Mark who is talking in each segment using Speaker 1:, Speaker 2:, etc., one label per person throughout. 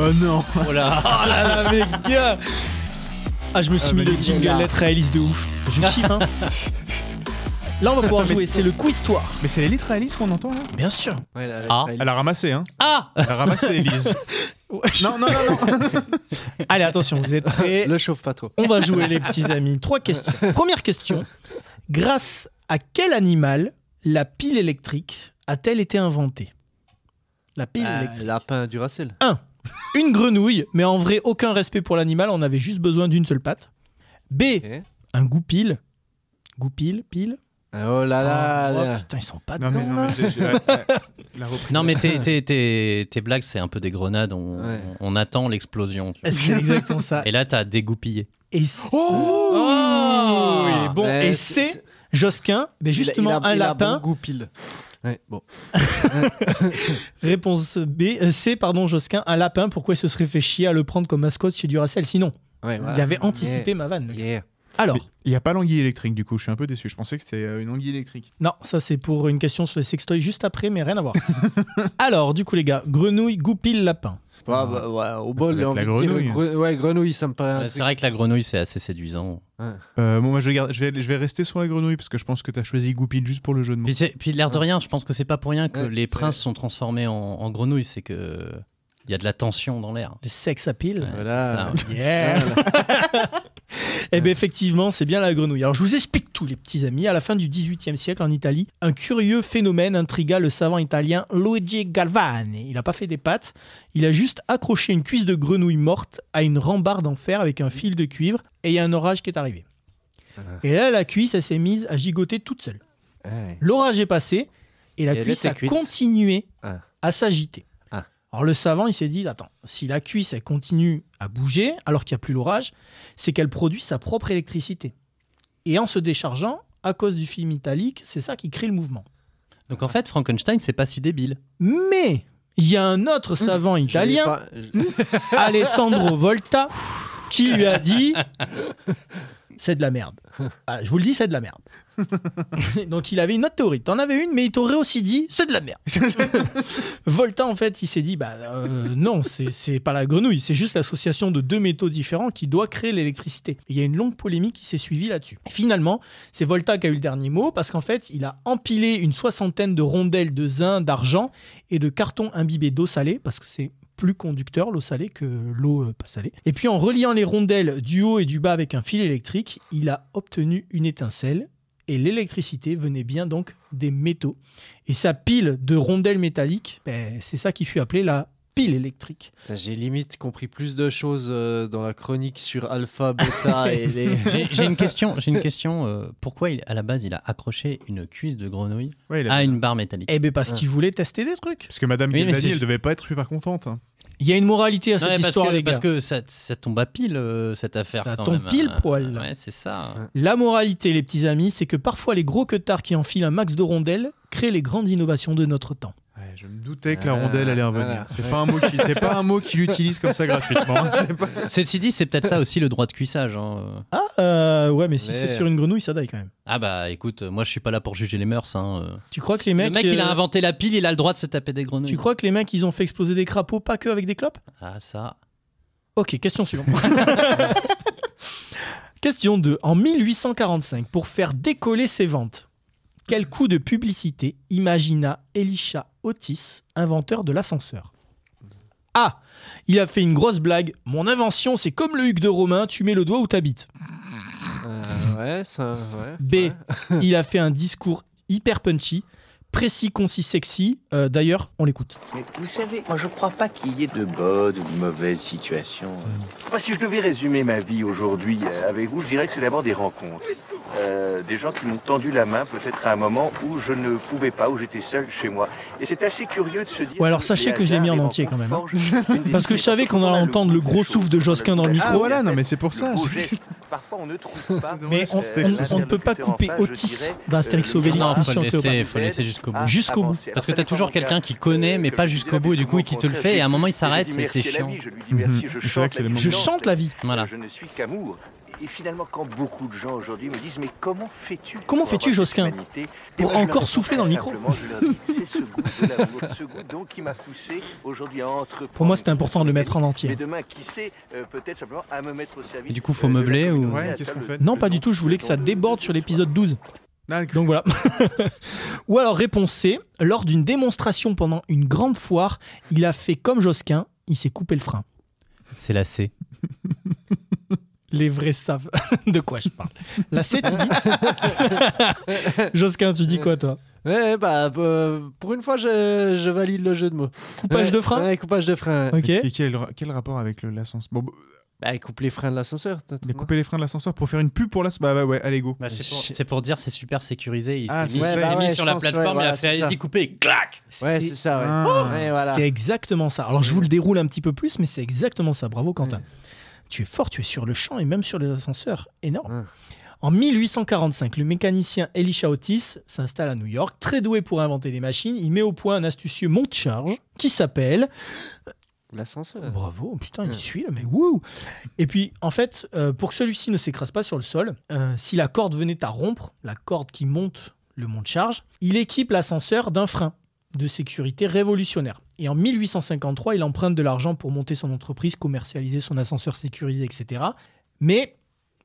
Speaker 1: Oh non
Speaker 2: Oh là oh là, là, mes gars Ah, je me suis
Speaker 1: Ah,
Speaker 2: mis le
Speaker 1: magnifique.
Speaker 2: jingle lettre réaliste de ouf. Je kiffe, hein. Là, on va pouvoir
Speaker 1: Attends, mais
Speaker 2: jouer.
Speaker 1: c'est-
Speaker 2: C'est le quiz toi.
Speaker 1: Mais c'est l'élite réaliste qu'on entend là
Speaker 2: Bien sûr.
Speaker 3: Ouais, la- la-
Speaker 2: Ah.
Speaker 3: la-
Speaker 1: Elle a ramassé, hein
Speaker 2: Ah
Speaker 1: Elle a ramassé Elise. non, non, non, non
Speaker 2: Allez, attention, vous êtes prêts.
Speaker 3: Le chauffe pas trop.
Speaker 2: On va jouer, les petits amis. Trois questions. Première question. Grâce à quel animal la pile électrique a-t-elle été inventée La pile
Speaker 3: Ah,
Speaker 2: électrique.
Speaker 3: Lapin du Russell.
Speaker 2: Une grenouille, mais en vrai, aucun respect pour l'animal, on avait juste besoin d'une seule patte. B.
Speaker 3: Ok.
Speaker 2: Un goupil. Goupil, pile.
Speaker 3: Oh là là,
Speaker 2: Oh,
Speaker 3: là.
Speaker 2: putain, ils sont pas
Speaker 1: Non, mais
Speaker 2: dedans,
Speaker 1: non,
Speaker 2: là.
Speaker 1: mais j'ai- j'ai- ouais, ouais. La reprise.
Speaker 4: Non, mais tes, tes- tes- tes blagues, c'est un peu des grenades. On,
Speaker 3: Ouais.
Speaker 4: on attend l'explosion. tu vois.
Speaker 2: C'est exactement ça.
Speaker 4: Et là, t'as dégoupillé.
Speaker 2: Et c'est-
Speaker 1: Oh
Speaker 2: Oh, il est bon.
Speaker 3: Mais
Speaker 2: et
Speaker 3: c'est-
Speaker 2: c'est Josquin, mais justement
Speaker 3: Il a- il a-
Speaker 2: un
Speaker 3: il a
Speaker 2: lapin.
Speaker 3: bon goût pile. Ouais, bon.
Speaker 2: Réponse B, euh, C, pardon, Josquin, un lapin, pourquoi il se serait fait chier à le prendre comme mascotte chez Duracell Sinon,
Speaker 3: Ouais, voilà.
Speaker 2: il avait anticipé
Speaker 3: Yeah.
Speaker 2: ma vanne.
Speaker 3: Yeah.
Speaker 1: Mais
Speaker 2: Alors,
Speaker 1: Il n'y a pas l'anguille électrique du coup, je suis un peu déçu. Je pensais que c'était euh, une anguille électrique.
Speaker 2: non, ça c'est pour une question sur les sextoys juste après, mais rien à voir. Alors, du coup, les gars, grenouille, goupille, lapin.
Speaker 3: Bah, bah, ouais, au bol,
Speaker 1: va
Speaker 3: j'ai
Speaker 1: être
Speaker 3: envie
Speaker 1: la
Speaker 3: de dire
Speaker 1: grenouille.
Speaker 2: hein.
Speaker 3: gre- ouais, grenouille, ça me paraît. un
Speaker 4: Ouais,
Speaker 3: truc.
Speaker 4: C'est vrai que la grenouille, c'est assez séduisant.
Speaker 1: Euh, bon, moi je vais, garder- je, vais, je vais rester sur la grenouille parce que je pense que t'as choisi Goupil juste pour le jeu de mots.
Speaker 4: Puis, c'est- puis l'air de rien, je pense que c'est pas pour rien que
Speaker 3: Ouais,
Speaker 4: les
Speaker 3: c'est-
Speaker 4: princes sont transformés en, en grenouilles. C'est que il y a de la tension dans l'air.
Speaker 2: Les sex à pile.
Speaker 4: Ouais,
Speaker 3: Voilà.
Speaker 4: c'est ça, ouais.
Speaker 2: Yeah Eh bien, effectivement, c'est bien la grenouille. Alors, je vous explique tout, les petits amis. À la fin du XVIIIe siècle, en Italie, un curieux phénomène intrigua le savant italien Luigi Galvani. Il n'a pas fait des pattes, il a juste accroché une cuisse de grenouille morte à une rambarde en fer avec un fil de cuivre, et il y a un orage qui est arrivé. Et là, la cuisse, elle s'est mise à gigoter toute seule.
Speaker 3: Ouais.
Speaker 2: L'orage est passé, et la
Speaker 3: Et elle
Speaker 2: cuisse
Speaker 3: était
Speaker 2: a
Speaker 3: cuite.
Speaker 2: continué
Speaker 3: Ah.
Speaker 2: à s'agiter.
Speaker 3: Ah.
Speaker 2: Alors le savant, il s'est dit, attends, si la cuisse, elle continue à bouger, alors qu'il n'y a plus l'orage, c'est qu'elle produit sa propre électricité. Et en se déchargeant, à cause du film italique, c'est ça qui crée le mouvement.
Speaker 4: Donc en fait, Frankenstein, c'est pas si débile.
Speaker 2: Mais il y a un autre savant
Speaker 3: Mmh. J'allais
Speaker 2: italien,
Speaker 3: pas- je-
Speaker 2: Alessandro Volta, qui lui a dit, c'est de la merde. Ah, je vous le dis, c'est de la merde. Donc il avait une autre théorie. T'en avais une, mais il t'aurait aussi dit, c'est de la merde. Volta, en fait, il s'est dit bah euh, non, c'est c'est pas la grenouille, c'est juste l'association de deux métaux différents qui doit créer l'électricité. Et Il y a une longue polémique qui s'est suivie là-dessus. Et Finalement, c'est Volta qui a eu le dernier mot parce qu'en fait, il a empilé une soixantaine de rondelles de zinc, d'argent et de carton imbibé d'eau salée parce que c'est plus conducteur l'eau salée que l'eau euh, pas salée. Et puis en reliant les rondelles du haut et du bas avec un fil électrique, il a obtenu une étincelle et l'électricité venait bien donc des métaux. Et sa pile de rondelles métalliques, ben, c'est ça qui fut appelé la pile électrique.
Speaker 3: Putain, J'ai limite compris plus de choses euh, dans la chronique sur Alpha, Beta et les.
Speaker 4: J'ai j'ai une question. J'ai une question. euh, pourquoi il- à la base, il a accroché une cuisse de grenouille
Speaker 1: Ouais, il a-
Speaker 4: à une barre métallique
Speaker 2: Eh ben parce
Speaker 3: Ah.
Speaker 2: qu'il voulait tester des trucs.
Speaker 1: Parce que Madame
Speaker 4: Oui, mais
Speaker 1: Guildani,
Speaker 4: c'est-
Speaker 1: elle devait pas être super contente. hein.
Speaker 2: Il y a une moralité à
Speaker 4: Non, mais
Speaker 2: cette
Speaker 4: parce
Speaker 2: histoire,
Speaker 4: que,
Speaker 2: les gars.
Speaker 4: parce que ça, ça tombe à pile euh, cette affaire.
Speaker 2: Ça
Speaker 4: quand
Speaker 2: tombe
Speaker 4: même.
Speaker 2: pile
Speaker 4: Euh,
Speaker 2: poil.
Speaker 4: Ouais, c'est ça.
Speaker 2: La moralité, les petits amis, c'est que parfois les gros queutards qui enfilent un max de rondelles créent les grandes innovations de notre temps.
Speaker 1: Ouais, je me doutais que la
Speaker 3: Ah,
Speaker 1: rondelle allait revenir.
Speaker 3: voilà.
Speaker 1: C'est pas un mot qu'il, c'est pas un mot qu'il utilise comme ça gratuitement. hein. C'est pas-
Speaker 4: Ceci dit, c'est peut-être ça aussi le droit de cuissage. hein.
Speaker 2: Ah euh, ouais, mais si
Speaker 3: Mais-
Speaker 2: c'est sur une grenouille, ça daille quand même.
Speaker 4: Ah bah écoute, moi je suis pas là pour juger les mœurs. hein.
Speaker 2: Tu crois que les mecs,
Speaker 4: le mec il a
Speaker 2: euh,
Speaker 4: inventé la pile, il a le droit de se taper des grenouilles.
Speaker 2: tu crois que les mecs, ils ont fait exploser des crapauds pas que avec des clopes
Speaker 4: Ah ça.
Speaker 2: Ok, question suivante. question 2. En 1845, pour faire décoller ses ventes, quel coup de publicité imagina Elisha Otis, inventeur de l'ascenseur A. Il a fait une grosse blague. Mon invention, c'est comme le Huc de Romain, tu mets le doigt où t'habites.
Speaker 3: Euh, ouais, ça. Ouais.
Speaker 2: B.
Speaker 3: ouais.
Speaker 2: Il a fait un discours hyper punchy, précis, concis, sexy. Euh, D'ailleurs, on l'écoute.
Speaker 5: Mais vous savez, moi je crois pas qu'il y ait de bonnes ou de mauvaises situations. Moi, Ah, si je devais résumer ma vie aujourd'hui euh, avec vous, je dirais que c'est d'abord des rencontres. Euh, des gens qui m'ont tendu la main peut-être à un moment où je ne pouvais pas, où j'étais seul chez moi. Et c'est assez curieux de se dire...
Speaker 2: Ouais, alors sachez que je l'ai mis en entier quand même, hein. Parce que je savais qu'on allait entendre le gros souffle de Josquin dans le micro.
Speaker 1: Ah, voilà, non, mais c'est pour ça.
Speaker 5: Parfois on ne trouve pas...
Speaker 1: Mais
Speaker 2: Mais on,
Speaker 1: c'était-
Speaker 2: on- on ne peut pas couper Otis d'Astérix
Speaker 5: euh, le
Speaker 2: Obélix
Speaker 5: Non,
Speaker 4: faut
Speaker 2: ici
Speaker 4: le
Speaker 2: en Théobat.
Speaker 4: laisser, faut le laisser jusqu'au bout.
Speaker 2: Jusqu'au bout.
Speaker 4: Parce que t'as toujours quelqu'un qui connaît mais pas jusqu'au bout et du coup qui te le fait et à un moment il s'arrête et c'est chiant.
Speaker 5: Je lui dis merci,
Speaker 1: Mhm.
Speaker 5: je
Speaker 1: C'est vrai
Speaker 5: chante
Speaker 1: que c'est
Speaker 5: la
Speaker 1: le
Speaker 5: vie.
Speaker 1: moment.
Speaker 2: Je chante la vie.
Speaker 4: Voilà.
Speaker 5: Je ne suis qu'amour. Et finalement, quand beaucoup de gens aujourd'hui me disent Mais comment fais-tu
Speaker 2: Comment
Speaker 5: pour
Speaker 2: fais-tu,
Speaker 5: avoir
Speaker 2: Josquin,
Speaker 5: cette humanité Eh
Speaker 2: pour
Speaker 5: ben, je leur
Speaker 2: encore
Speaker 5: réponds
Speaker 2: souffler
Speaker 5: très
Speaker 2: dans le micro
Speaker 5: simplement, je leur dis, C'est ce goût de l'amour, ce goût donc qui m'a poussé aujourd'hui à entreprendre.
Speaker 2: Pour moi, c'était important de le mettre en
Speaker 5: Mais
Speaker 2: entier.
Speaker 5: demain, qui sait, euh, peut-être simplement à me mettre au service.
Speaker 4: Et du coup, faut
Speaker 5: de la
Speaker 4: meubler ou-
Speaker 5: communauté,
Speaker 1: Ouais,
Speaker 5: à
Speaker 1: qu'est-ce
Speaker 5: table
Speaker 1: qu'on fait
Speaker 5: de
Speaker 2: Non, pas
Speaker 5: temps,
Speaker 2: du tout, je voulais que ça
Speaker 5: de-
Speaker 2: déborde
Speaker 5: de-
Speaker 2: sur
Speaker 5: de-
Speaker 2: l'épisode 12.
Speaker 1: Ah,
Speaker 2: Donc voilà. Ou alors réponse C, lors d'une démonstration pendant une grande foire, il a fait comme Josquin, il s'est coupé le frein.
Speaker 4: C'est la C.
Speaker 2: Les vrais savent de quoi je parle. La C, tu dis Josquin, tu dis quoi toi
Speaker 3: Ouais, bah, euh, pour une fois, je, je valide le jeu de mots.
Speaker 2: Coupage
Speaker 3: Ouais,
Speaker 2: de frein
Speaker 3: Ouais, coupage de frein.
Speaker 2: Ok.
Speaker 1: Et quel, quel rapport avec le- l'ascenseur Bon, bah,
Speaker 3: Bah, il coupe les freins de l'ascenseur. t'as-
Speaker 1: mais couper les freins de l'ascenseur pour faire une pub pour l'ascenseur Bah, bah ouais, allez go.
Speaker 4: c'est pour, c'est pour dire c'est super sécurisé. Il
Speaker 1: Ah,
Speaker 4: s'est
Speaker 1: c'est
Speaker 4: mis,
Speaker 1: ça.
Speaker 4: il s'est
Speaker 1: Ouais,
Speaker 4: mis
Speaker 3: ouais, je
Speaker 4: sur la
Speaker 3: pense,
Speaker 4: plateforme,
Speaker 3: ouais,
Speaker 4: il
Speaker 3: voilà,
Speaker 4: a fait
Speaker 3: c'est
Speaker 4: allez-y
Speaker 3: ça.
Speaker 4: couper, et clac
Speaker 3: Ouais, c'est ça, ouais.
Speaker 1: Ah.
Speaker 3: Ouais, voilà.
Speaker 2: C'est exactement ça. Alors je vous le déroule un petit peu plus, mais c'est exactement ça. Bravo Quentin. Tu es fort, tu es sur le champ et même sur les ascenseurs. Énorme.
Speaker 3: Ouais.
Speaker 2: En 1845, le mécanicien Elisha Otis s'installe à New York, très doué pour inventer des machines. Il met au point un astucieux monte-charge qui s'appelle.
Speaker 3: L'ascenseur.
Speaker 2: Bravo, putain, il
Speaker 3: Ouais.
Speaker 2: suit là, mais wouh Et puis, en fait, euh, pour que celui-ci ne s'écrase pas sur le sol, euh, si la corde venait à rompre, la corde qui monte le monte-charge, il équipe l'ascenseur d'un frein de sécurité révolutionnaire. Et en 1853, il emprunte de l'argent pour monter son entreprise, commercialiser son ascenseur sécurisé, etc. Mais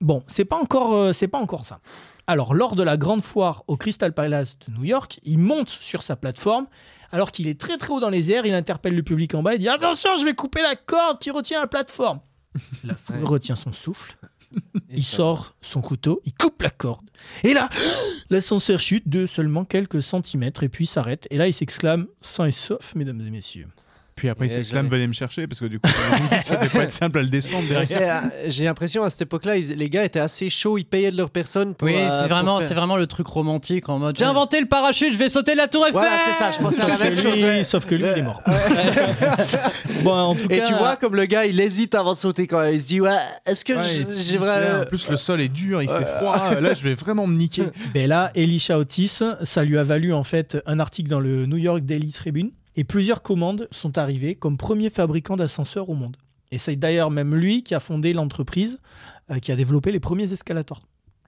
Speaker 2: bon, c'est pas encore, euh, c'est pas encore ça. Alors, lors de la grande foire au Crystal Palace de New York, il monte sur sa plateforme. Alors qu'il est très très haut dans les airs, il interpelle le public en bas et dit Attention, je vais couper la corde qui retient la plateforme. La foule
Speaker 3: Ouais.
Speaker 2: retient son souffle,
Speaker 3: Et
Speaker 2: il
Speaker 3: ça-
Speaker 2: sort son couteau, il coupe la corde. Et là, l'ascenseur chute de seulement quelques centimètres et puis s'arrête. Et là, il s'exclame Sain et sauf, mesdames et messieurs.
Speaker 1: Puis après,
Speaker 3: Et
Speaker 1: c'est que Slam
Speaker 3: j'avais-
Speaker 1: venait me chercher parce que du coup, ça devait pas être simple à le descendre
Speaker 3: Ouais,
Speaker 1: derrière.
Speaker 3: c'est, euh, J'ai l'impression à cette époque-là, ils- les gars étaient assez chauds, ils payaient de leur personne pour.
Speaker 4: Oui,
Speaker 3: euh,
Speaker 4: c'est
Speaker 3: pour
Speaker 4: vraiment,
Speaker 3: faire-
Speaker 4: c'est vraiment le truc romantique en mode j'ai inventé le parachute, je vais sauter de la tour Eiffel.
Speaker 3: Voilà, c'est ça, je pense que c'est la
Speaker 2: Sauf que,
Speaker 3: même chose.
Speaker 2: lui,
Speaker 3: ouais.
Speaker 2: sauf que lui, il est mort. bon, en tout
Speaker 3: Et
Speaker 2: cas, euh,
Speaker 3: tu vois, comme le gars, il hésite avant de sauter quand même. Il se dit, ouais, est-ce que
Speaker 1: Ouais,
Speaker 3: je- euh,
Speaker 1: et si c'est-
Speaker 3: j'ai vraiment.
Speaker 1: En plus, le sol est dur, il fait froid. Là, je vais vraiment me niquer.
Speaker 2: Bella, Ben Elisha Otis, ça lui a valu en fait un article dans le New York Daily Tribune et plusieurs commandes sont arrivées comme premier fabricant d'ascenseurs au monde. Et c'est d'ailleurs même lui qui a fondé l'entreprise euh, qui a développé les premiers escalators.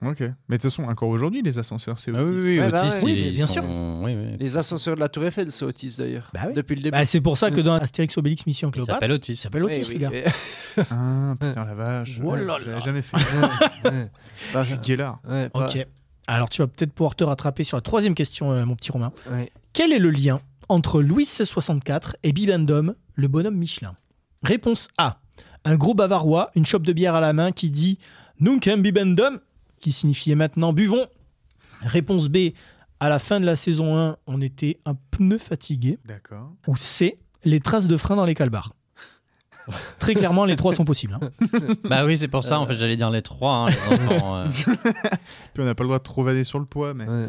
Speaker 1: Ok. Mais de toute façon, encore aujourd'hui, les ascenseurs, c'est
Speaker 4: Ah oui,
Speaker 1: Otis.
Speaker 4: oui,
Speaker 3: Ouais, bah
Speaker 4: Otis,
Speaker 3: ouais.
Speaker 4: il
Speaker 2: Oui,
Speaker 4: est-
Speaker 2: mais
Speaker 4: ils
Speaker 2: bien
Speaker 4: sont-
Speaker 2: sûr.
Speaker 4: oui, oui.
Speaker 3: Les ascenseurs de la Tour Eiffel, c'est Otis d'ailleurs.
Speaker 2: Bah oui.
Speaker 3: Depuis le début.
Speaker 2: Bah, c'est pour ça que dans Astérix Obélix Mission
Speaker 4: Il
Speaker 2: Cléopâtre,
Speaker 4: s'appelle Otis.
Speaker 2: il s'appelle Otis,
Speaker 3: Oui,
Speaker 2: le
Speaker 3: oui.
Speaker 2: gars.
Speaker 1: Ah, putain, la vache.
Speaker 2: Oh là là.
Speaker 1: J'avais jamais fait.
Speaker 3: Ouais. Bah,
Speaker 1: Je suis Guélard.
Speaker 3: ouais, bah,
Speaker 2: Ok. Alors tu vas peut-être pouvoir te rattraper sur la troisième question, euh, mon petit Romain.
Speaker 3: ouais.
Speaker 2: Quel est le lien entre Louis XVI et Bibendum, le bonhomme Michelin Réponse A. Un gros bavarois, une chope de bière à la main qui dit Nunc Bibendum, qui signifiait maintenant buvons. Réponse B. À la fin de la saison 1, on était un pneu fatigué.
Speaker 1: D'accord.
Speaker 2: Ou C. Les traces de frein dans les calbars. Très clairement, les trois sont possibles. hein.
Speaker 4: Bah oui, c'est pour ça, en fait, j'allais dire les trois. hein, les enfants, euh.
Speaker 1: Puis on n'a pas le droit de trop valer sur le poids, mais.
Speaker 3: Ouais.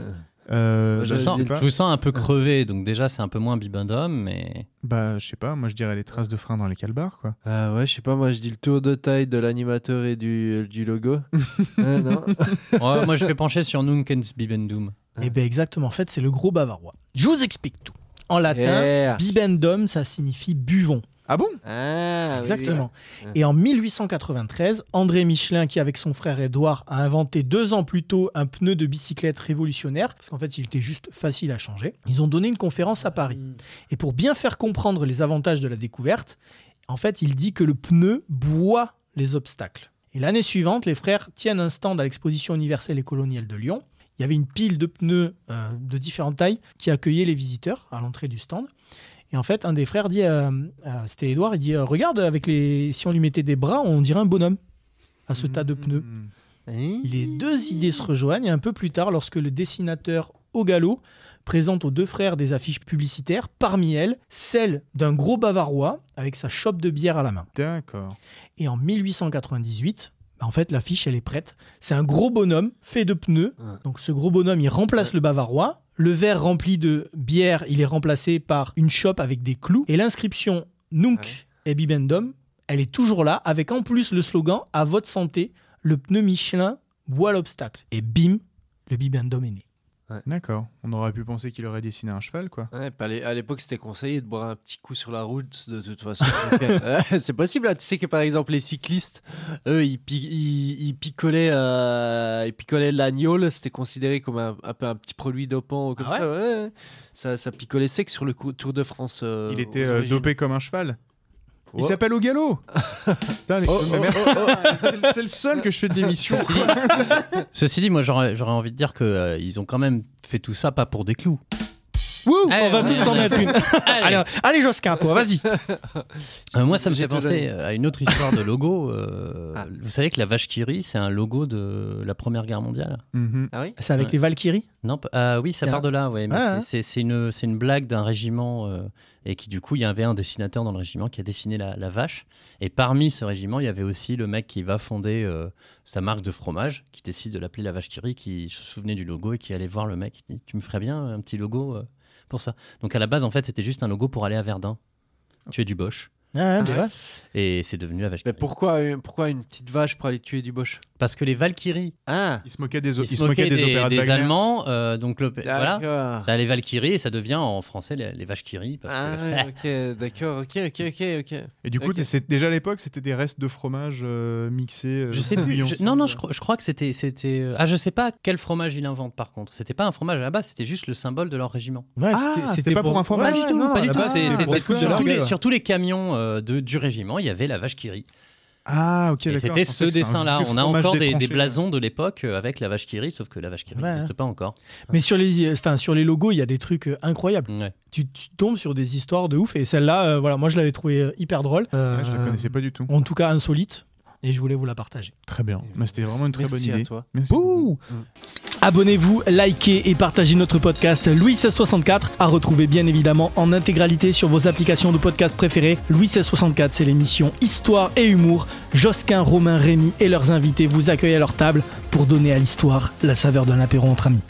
Speaker 1: Euh,
Speaker 4: je,
Speaker 1: je
Speaker 4: vous sens,
Speaker 1: sais
Speaker 4: je
Speaker 1: pas.
Speaker 4: vous sens un peu crevé, donc déjà, c'est un peu moins bibendum, mais.
Speaker 1: Bah, je sais pas. Moi, je dirais les traces de frein dans les calbars, quoi.
Speaker 3: Ah ouais, je sais pas, moi je dis le tour de taille de l'animateur et du, du logo. Hein, non
Speaker 4: Ouais, moi, je vais pencher sur Nunkens Bibendum.
Speaker 2: Eh bien, exactement. En fait, c'est le gros bavarois. Je vous explique tout. En latin,
Speaker 3: Yeah.
Speaker 2: Bibendum, ça signifie buvons.
Speaker 1: Ah bon
Speaker 3: Ah, oui,
Speaker 2: Exactement.
Speaker 3: Ouais.
Speaker 2: Et en 1893, André Michelin, qui avec son frère Édouard a inventé deux ans plus tôt un pneu de bicyclette révolutionnaire, parce qu'en fait il était juste facile à changer, ils ont donné une conférence à Paris. Et pour bien faire comprendre les avantages de la découverte, en fait il dit que le pneu boit les obstacles. Et l'année suivante, les frères tiennent un stand à l'exposition universelle et coloniale de Lyon. Il y avait une pile de pneus euh, de différentes tailles qui accueillait les visiteurs à l'entrée du stand. Et en fait, un des frères dit, euh, euh, c'était Edouard, il dit euh, Regarde, avec les... si on lui mettait des bras, on dirait un bonhomme à ce tas de pneus.
Speaker 1: Mmh.
Speaker 3: oui.
Speaker 2: Les deux idées se rejoignent et un peu plus tard, lorsque le dessinateur Ogalo présente aux deux frères des affiches publicitaires, parmi elles, celle d'un gros bavarois avec sa chope de bière à la main.
Speaker 1: D'accord.
Speaker 2: Et en 1898, bah, en fait, l'affiche, elle est prête. C'est un gros bonhomme fait de pneus.
Speaker 3: Ouais.
Speaker 2: Donc, ce gros bonhomme, il remplace le bavarois. Le verre rempli de bière, il est remplacé par une chope avec des clous. Et l'inscription Nunc ebibendum, elle est toujours là, avec en plus le slogan À votre santé, le pneu Michelin boit l'obstacle. Et bim, le bibendum est né.
Speaker 1: D'accord. On aurait pu penser qu'il aurait dessiné un cheval, quoi.
Speaker 3: Ouais, puis à l'é- à l'époque, c'était conseillé de boire un petit coup sur la route, de toute façon. Donc, euh, c'est possible. hein. Tu sais que par exemple, les cyclistes, eux, ils, pi- ils, ils picolaient, euh, ils picolaient de l'agnole. C'était considéré comme un, un peu un petit produit dopant ou comme
Speaker 2: Ah ouais
Speaker 3: ça, ouais, ouais. ça. Ça picolait sec sur le cou- Tour de France. euh,
Speaker 1: Il était
Speaker 3: aux
Speaker 1: euh,
Speaker 3: origines.
Speaker 1: dopé comme un cheval. Il
Speaker 3: Oh.
Speaker 1: s'appelle au galop. Putain, les
Speaker 3: Oh,
Speaker 1: cheveux de ma
Speaker 3: oh,
Speaker 1: mère. C'est le- C'est le seul que je fais de l'émission.
Speaker 4: Ceci dit, ceci dit, moi j'aurais j'aurais envie de dire qu'ils ont quand même fait tout ça pas pour des clous. Eh,
Speaker 2: Wouh,
Speaker 4: Allez,
Speaker 2: Eh, on va
Speaker 4: on
Speaker 2: tous
Speaker 4: est-
Speaker 2: en mettre une.
Speaker 4: Allez.
Speaker 2: Allez, allez Josquin, toi, vas-y.
Speaker 4: Euh, moi ça me
Speaker 3: J'ai
Speaker 4: fait
Speaker 3: tout
Speaker 4: penser
Speaker 3: donné.
Speaker 4: à une autre histoire de logo. euh,
Speaker 3: Ah.
Speaker 4: Vous savez que la vache qui rit, c'est un logo de la Première Guerre mondiale
Speaker 1: Mhm.
Speaker 3: Ah oui
Speaker 2: C'est avec
Speaker 4: Ouais.
Speaker 2: les Valkyries
Speaker 4: Non, p- ah oui, ça
Speaker 2: Y a-
Speaker 4: part de là, ouais, mais
Speaker 2: Ouais,
Speaker 4: c'est-
Speaker 2: ouais.
Speaker 4: c'est c'est une, c'est une blague d'un régiment euh, et qui du coup, il y avait un dessinateur dans le régiment qui a dessiné la, la vache. Et parmi ce régiment, il y avait aussi le mec qui va fonder euh, sa marque de fromage, qui décide de l'appeler la vache qui rit, qui se souvenait du logo et qui allait voir le mec. Il dit, tu me ferais bien un petit logo euh, pour ça. Donc à la base, en fait, c'était juste un logo pour aller à Verdun. Tuer du Bosch.
Speaker 2: ah, ouais, ouais.
Speaker 4: Et c'est devenu la vache qui
Speaker 3: Mais
Speaker 4: rit.
Speaker 3: pourquoi, euh, pourquoi une petite vache pour aller tuer du boche
Speaker 4: Parce que les Valkyries,
Speaker 3: Ah
Speaker 1: Il se moquait des, o-
Speaker 4: ils
Speaker 1: il se moquait des, opéras de
Speaker 4: des
Speaker 1: Wagner.
Speaker 4: Allemands. euh, donc le-
Speaker 3: Ah,
Speaker 4: voilà.
Speaker 3: D'accord.
Speaker 4: Là, les Valkyries, et ça devient en français les, les vaches qui rient. parce que-
Speaker 3: Ah ouais, ok, d'accord, ok, ok, ok, ok.
Speaker 1: Et du coup,
Speaker 3: Ok.
Speaker 1: c'est- déjà à l'époque, c'était des restes de fromage euh, mixés. euh,
Speaker 4: Je sais plus.
Speaker 1: cuits
Speaker 4: je-
Speaker 1: ensemble.
Speaker 4: non, non, je, crois- je crois que c'était, c'était. euh, Ah, je sais pas quel fromage il invente par contre. C'était pas un fromage à la base, c'était juste le symbole de leur régiment.
Speaker 2: Ouais,
Speaker 1: Ah, c'était pas pour un fromage.
Speaker 4: pas du
Speaker 1: ouais,
Speaker 4: tout,
Speaker 1: non,
Speaker 4: pas
Speaker 1: à
Speaker 4: du
Speaker 1: la
Speaker 4: tout.
Speaker 1: base,
Speaker 4: C'est-
Speaker 1: c'était
Speaker 4: c'est-
Speaker 1: pour
Speaker 4: c'est-
Speaker 1: foutre
Speaker 4: sur,
Speaker 1: leur
Speaker 4: tous les,
Speaker 1: gueule.
Speaker 4: sur tous les camions euh, de, du régiment, il y avait la vache qui rit.
Speaker 1: Ah, ok,
Speaker 4: Et
Speaker 1: d'accord.
Speaker 4: c'était
Speaker 1: Je pensais
Speaker 4: ce
Speaker 1: que c'était un
Speaker 4: dessin-là.
Speaker 1: vieux
Speaker 4: On a
Speaker 1: fromage hein.
Speaker 4: encore des, des
Speaker 1: détranché.
Speaker 4: blasons de l'époque euh, avec la vache qui rit, sauf que la vache qui rit
Speaker 2: Ouais.
Speaker 4: n'existe pas encore.
Speaker 2: Mais sur les, enfin, sur les logos, il y a des trucs euh, incroyables.
Speaker 4: Ouais.
Speaker 2: Tu, tu tombes sur des histoires de ouf. Et celle-là, euh, voilà, moi je l'avais trouvée euh, hyper drôle. Euh,
Speaker 1: Ouais, je la connaissais pas du tout.
Speaker 2: En tout cas, insolite. Et je voulais vous la partager.
Speaker 1: Très bien. Mais c'était vraiment une très
Speaker 3: Merci
Speaker 1: bonne
Speaker 3: à
Speaker 1: idée.
Speaker 3: toi.
Speaker 1: Merci beaucoup.
Speaker 2: Ouh. Abonnez-vous, likez et partagez notre podcast Louis 1664 à retrouver bien évidemment en intégralité sur vos applications de podcast préférées. Louis 1664, c'est l'émission Histoire et Humour. Josquin, Romain, Rémy et leurs invités vous accueillent à leur table pour donner à l'histoire la saveur d'un apéro entre amis.